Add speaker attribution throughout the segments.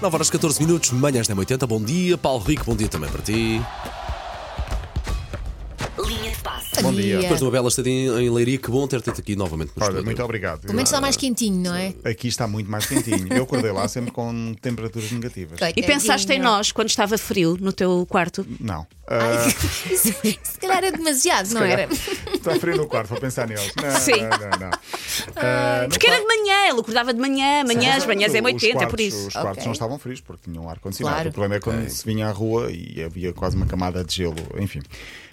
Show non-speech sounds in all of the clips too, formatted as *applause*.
Speaker 1: 9 horas 14 minutos, manhãs da 80. Bom dia, Paulo Rico, bom dia também para ti.
Speaker 2: Linha de passe.
Speaker 1: Bom
Speaker 3: dia.
Speaker 1: Depois de uma bela estadia em Leiria, que bom ter-te aqui novamente no
Speaker 4: Olha,
Speaker 1: estúdio.
Speaker 4: muito obrigado.
Speaker 3: Pelo menos está mais quentinho, não é?
Speaker 4: Aqui está muito mais quentinho. Eu acordei lá sempre com temperaturas negativas.
Speaker 3: Coitadinho.
Speaker 2: E pensaste em nós quando estava frio no teu quarto?
Speaker 4: Não.
Speaker 3: Ai,
Speaker 4: Ah,
Speaker 3: *laughs*
Speaker 2: *laughs*
Speaker 3: isso- se calhar era demasiado, não era?
Speaker 4: está frio no quarto, vou pensar neles. Não,
Speaker 2: Sim.
Speaker 4: não, não. não. Ah, no
Speaker 2: Porque era de manhã, ele acordava de manhã, manhãs,
Speaker 4: Mas,
Speaker 2: manhãs é
Speaker 4: os
Speaker 2: 80,
Speaker 4: quartos-
Speaker 2: por isso.
Speaker 4: Os quartos
Speaker 3: Ok.
Speaker 4: não estavam frios porque tinham ar-condicionado.
Speaker 3: Claro.
Speaker 4: O problema é quando se vinha à rua e havia quase uma camada de gelo, enfim.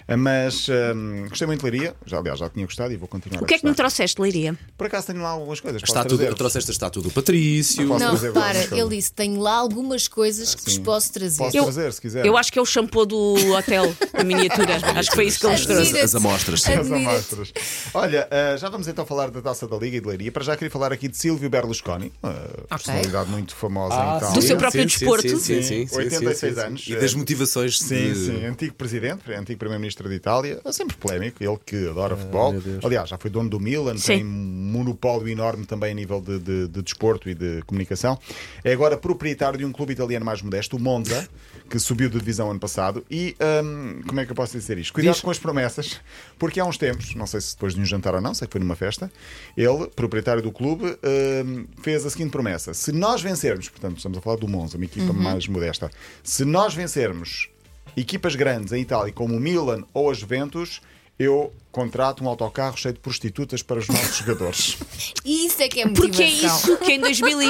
Speaker 4: Ah, Mas hum, gostei muito de Leiria, já, aliás, já tinha gostado e vou continuar
Speaker 2: O que
Speaker 4: a
Speaker 2: é que me
Speaker 4: gostar.
Speaker 2: trouxeste, Leiria?
Speaker 4: Por acaso tenho lá algumas coisas. posso
Speaker 1: Está tudo,
Speaker 4: trazer-vos.
Speaker 1: eu trouxe esta estátua do Patrício.
Speaker 4: Posso
Speaker 3: Não,
Speaker 4: trazer agora
Speaker 3: repara,
Speaker 4: uma coisa?
Speaker 3: ele disse: tenho lá algumas coisas que vos
Speaker 4: Sim.
Speaker 3: posso trazer.
Speaker 4: Posso
Speaker 2: Eu-
Speaker 4: trazer, se quiser.
Speaker 2: Eu acho que é o shampoo do hotel, a
Speaker 4: *laughs*
Speaker 2: miniatura. acho que foi isso que ele nos
Speaker 3: Admira-te.
Speaker 2: trouxe.
Speaker 1: As, as amostras, sim.
Speaker 4: As amostras. Olha, ah, já vamos então falar da taça da Liga e de Leiria. Para já queria falar aqui de Silvio Berlusconi, uma personalidade muito famosa em Itália.
Speaker 2: Ah, Do seu próprio
Speaker 1: Sim, sim,
Speaker 2: desporto.
Speaker 1: Sim, sim, sim, sim, sim,
Speaker 4: 86
Speaker 1: sim, sim.
Speaker 4: anos.
Speaker 1: E das motivações
Speaker 4: Sim,
Speaker 1: de...
Speaker 4: sim, antigo presidente, antigo primeiro-ministro de Itália, é sempre polémico, ele que adora futebol. Aliás, já foi dono do Milan,
Speaker 2: Sim.
Speaker 4: tem um monopólio enorme também a nível de, de- de desporto e de comunicação. É agora proprietário de um clube italiano mais modesto, o Monza, que subiu de divisão ano passado. E hum, como é que eu posso dizer isto? Cuidado com as promessas, porque há uns tempos, não sei se depois de um jantar ou não, sei que foi numa festa, ele, proprietário do clube, hum, fez a seguinte promessa: se nós vencermos, portanto, estamos a falar do Monza, uma equipa mais modesta, se nós vencermos equipas grandes em Itália, como o Milan ou a Juventus, eu contrato um autocarro cheio de prostitutas para os nossos jogadores.
Speaker 3: Isso é que é motivação.
Speaker 2: Porque é isso que em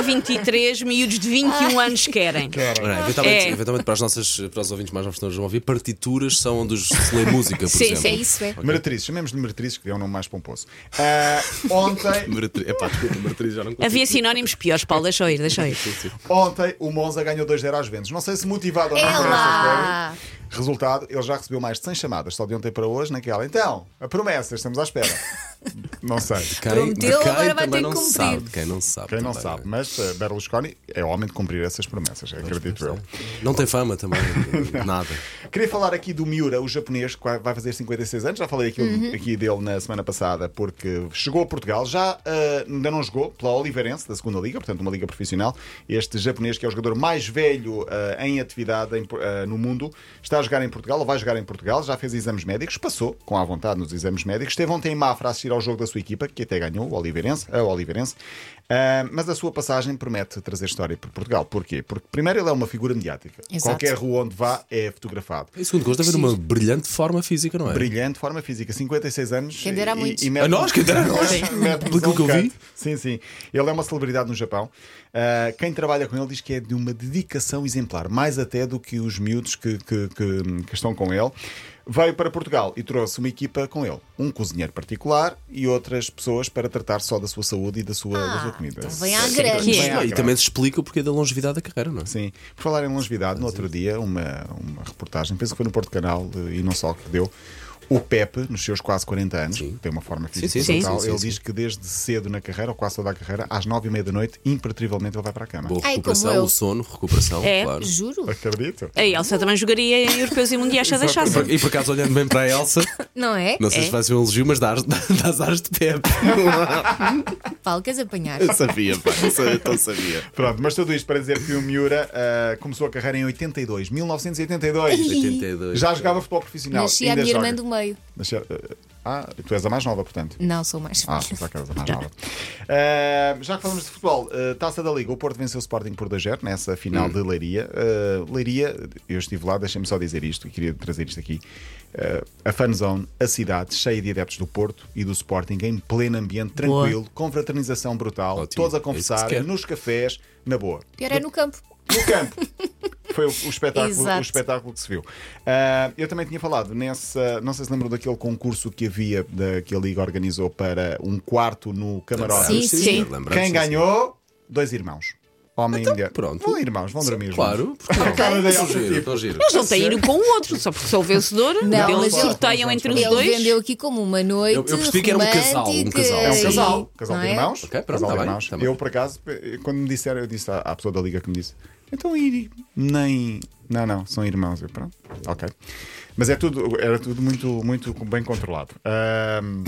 Speaker 2: 2023 miúdos de 21 anos querem.
Speaker 1: Ora, eventualmente,
Speaker 2: É.
Speaker 1: eventualmente para, as nossas, para os ouvintes mais novos que não vão ouvir, partituras são onde os- se lê música, por
Speaker 2: Sim,
Speaker 1: exemplo.
Speaker 2: sim.
Speaker 3: É isso, é.
Speaker 4: Meretrizes, chamemos-lhe meretrizes, que é um nome mais pomposo. Ah, ontem,
Speaker 1: Meretri- Epá, desculpa, meretriz já não consigo.
Speaker 2: Havia sinónimos piores, Paulo, deixa eu ir, deixa eu ir.
Speaker 4: ontem o Monza ganhou 2-0 às Juventus. Não sei se
Speaker 3: É
Speaker 4: motivado ou não. por
Speaker 3: Ela!
Speaker 4: essas coisas. Resultado, ele já recebeu mais de 100 chamadas, só de ontem para hoje, naquela. Então, a promessa, estamos à espera. Não sei.
Speaker 1: Quem,
Speaker 3: Prometeu,
Speaker 1: de quem
Speaker 3: agora vai
Speaker 1: também
Speaker 3: ter que
Speaker 1: não
Speaker 3: cumprir.
Speaker 1: Sabe, quem não sabe.
Speaker 4: Quem não
Speaker 1: também,
Speaker 4: sabe, mas eh, Berlusconi é homem de cumprir essas promessas, acredito eu.
Speaker 1: é? Não tem fama também, nada.
Speaker 4: Queria falar aqui do Miura, o japonês que vai vai fazer 56 anos. Já falei aqui, aqui dele na semana passada, porque chegou a Portugal, já ah, ainda não jogou pela Oliveirense, da segunda Liga, portanto, uma liga profissional. Este japonês, que é o jogador mais velho ah, em atividade em Por- ah, no mundo, está a jogar em Portugal, ou vai jogar em Portugal, já fez exames médicos, passou com à vontade nos exames médicos. Esteve ontem em Mafra a assistir ao jogo da sua equipa, que até ganhou, o Oliveirense, a Oliveirense. Ah, mas a sua passagem promete trazer história para Portugal. Porquê? Porque, primeiro, ele é uma figura mediática.
Speaker 3: Exato.
Speaker 4: Qualquer rua onde vá é fotografado
Speaker 1: E segundo gosto, deve haver uma brilhante forma física, não é?
Speaker 4: brilhante, forma física, 56 anos.
Speaker 3: Quem dera há
Speaker 4: e-
Speaker 3: muitos.
Speaker 4: e mete-
Speaker 1: A nós, quem dera a nós.
Speaker 4: mete-nos
Speaker 1: Pelo
Speaker 4: a um
Speaker 1: que eu vi.
Speaker 4: canto. Sim, sim. Ele é uma celebridade no Japão. Ah, quem trabalha com ele diz que é de uma dedicação exemplar, mais até do que os miúdos que, que- que- que estão com ele. Veio para Portugal e trouxe uma equipa com ele, um cozinheiro particular e outras pessoas para tratar só da sua saúde e da sua, da sua comida.
Speaker 3: então vem à
Speaker 4: Sim,
Speaker 3: grande.
Speaker 4: vem à
Speaker 2: É,
Speaker 1: Ah, e
Speaker 4: grande.
Speaker 1: também se explica o porquê da longevidade da carreira, não é?
Speaker 4: Sim. Por falar em longevidade, no outro dia, uma, uma reportagem, penso que foi no Porto Canal eh, e não só que deu. O Pepe, nos seus quase 40 anos, que tem uma forma física
Speaker 1: sim, sim,
Speaker 4: brutal,
Speaker 1: sim, sim,
Speaker 4: ele
Speaker 1: sim.
Speaker 4: diz que desde cedo na carreira, ou quase toda a carreira, às 9h30 da noite, impertrivelmente ele vai para a cama.
Speaker 1: Boa
Speaker 3: Ai,
Speaker 1: recuperação,
Speaker 3: como eu.
Speaker 1: o sono, recuperação,
Speaker 2: É.
Speaker 1: claro.
Speaker 3: Juro?
Speaker 4: Acredito.
Speaker 3: É.
Speaker 2: A Elsa também jogaria em europeus e mundiais se a deixasse.
Speaker 1: E por acaso, olhando bem para a Elsa,
Speaker 3: Não é?
Speaker 1: não sei
Speaker 2: Tá É.
Speaker 1: se vai ser um elogio, mas *laughs* dás, dás ares de *laughs* Pepe.
Speaker 3: Paulo, queres apanhar?
Speaker 1: Eu sabia, pá, eu sabia, então sabia.
Speaker 4: Pronto, mas tudo isto para dizer que o Miura ah, começou a carreira em 82, 1982.
Speaker 1: 82.
Speaker 4: Já jogava futebol profissional.
Speaker 3: Nasci a
Speaker 4: ainda
Speaker 3: minha irmã
Speaker 4: joga.
Speaker 3: do meio.
Speaker 4: Nascia- ah, tu és a mais nova, portanto.
Speaker 3: Não, sou mais
Speaker 4: Ah,
Speaker 3: velha.
Speaker 4: pensava que eras a mais nova. Eh, já que falamos de futebol, eh, taça da Liga, o Porto venceu o Sporting por 2-0 nessa final de Leiria. Eh, Leiria, eu estive lá, deixem-me só dizer isto e queria trazer isto aqui. Eh, a fanzone, a cidade cheia de adeptos do Porto e do Sporting em pleno ambiente, tranquilo, com fraternização brutal,
Speaker 1: Ótimo.
Speaker 4: todos
Speaker 1: É isso
Speaker 4: a
Speaker 1: que se
Speaker 4: conversar,
Speaker 1: quer.
Speaker 4: nos cafés, na boa.
Speaker 3: Pior é no campo.
Speaker 4: No campo. Foi o, o espetáculo,
Speaker 3: Exato.
Speaker 4: o espetáculo que se viu. Ah, eu também tinha falado nessa. Não sei se lembram daquele concurso que havia, da, que a Liga organizou para um quarto no camarote.
Speaker 3: Sim, sim.
Speaker 1: Lembramos,
Speaker 4: Quem
Speaker 1: sim, Então,
Speaker 4: ganhou? Dois irmãos. Homem e mulher.
Speaker 1: pronto.
Speaker 4: Vão irmãos, vão dormir
Speaker 1: sim.
Speaker 4: juntos.
Speaker 1: Claro, porque não.
Speaker 4: Cara da
Speaker 1: Tão
Speaker 4: Elsa,
Speaker 1: giro,
Speaker 4: tipo,
Speaker 1: tão giro.
Speaker 2: Eles não têm um com o outro, só porque sou o vencedor,
Speaker 3: Não,
Speaker 2: eles
Speaker 3: mas ele-
Speaker 2: sorteiam entre os
Speaker 3: Ele
Speaker 2: dois.
Speaker 3: vendeu aqui como uma noite.
Speaker 1: Eu- eu percebi que era um casal, um
Speaker 3: romântica
Speaker 1: casal.
Speaker 4: É um
Speaker 3: e-
Speaker 4: casal, casal
Speaker 3: não
Speaker 4: de
Speaker 3: é?
Speaker 4: irmãos.
Speaker 1: Ok, pronto,
Speaker 4: casal
Speaker 1: tá
Speaker 4: de
Speaker 1: bem,
Speaker 4: irmãos.
Speaker 1: tá bem.
Speaker 4: eu, por acaso, eh, quando me disseram, eu disse à, à pessoa da liga que me disse: então, e nem. Não, não, são irmãos. Eu, pronto, ok. Mas é tudo, era tudo muito, muito bem controlado. Ahm,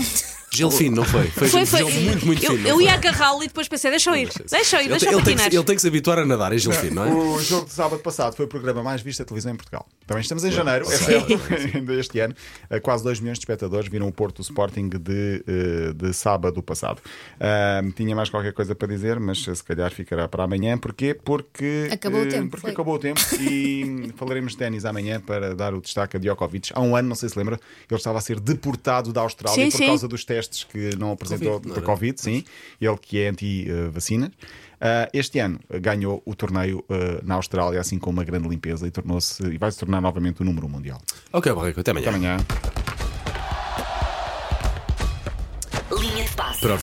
Speaker 1: Gelo fino, não foi? Foi,
Speaker 2: Foi,
Speaker 1: gelo
Speaker 2: foi.
Speaker 1: muito, muito
Speaker 2: eu,
Speaker 1: fino. não
Speaker 2: eu
Speaker 1: foi?
Speaker 2: ia agarrá-lo e depois pensei, deixa eu ir, deixa eu ir,
Speaker 1: Ele,
Speaker 2: deixa
Speaker 1: tem-
Speaker 2: eu
Speaker 1: ele tem que,
Speaker 2: patinar.
Speaker 1: se- ele tem que se habituar a nadar em gelo fino, não é?
Speaker 4: O jogo de sábado passado foi o programa mais visto da televisão em Portugal. Também estamos em janeiro, é certo, *laughs* ainda este ano. Eh, Quase 2 milhões de espectadores viram o Porto Sporting de, eh, de sábado passado. Ah, tinha mais qualquer coisa para dizer, mas eh, se calhar ficará para amanhã. Porquê? Porque,
Speaker 3: Acabou o
Speaker 4: eh,
Speaker 3: tempo,
Speaker 4: Porque
Speaker 3: foi.
Speaker 4: acabou
Speaker 3: *laughs*
Speaker 4: o tempo e falaremos de ténis amanhã para dar o destaque a Djokovic. Há um ano, não sei se lembra, ele estava a ser deportado da Austrália
Speaker 2: Sim,
Speaker 4: por
Speaker 2: sim.
Speaker 4: causa dos testes que não apresentou
Speaker 1: Covid, não é?
Speaker 4: por
Speaker 1: era?
Speaker 4: Covid, sim. Ele que é anti-vacina. este ano eh, ganhou o torneio eh, na Austrália, assim com uma grande limpeza, e tornou-se e vai se tornar novamente o número um mundial.
Speaker 1: Ok, Barrico, até amanhã.
Speaker 4: Até amanhã.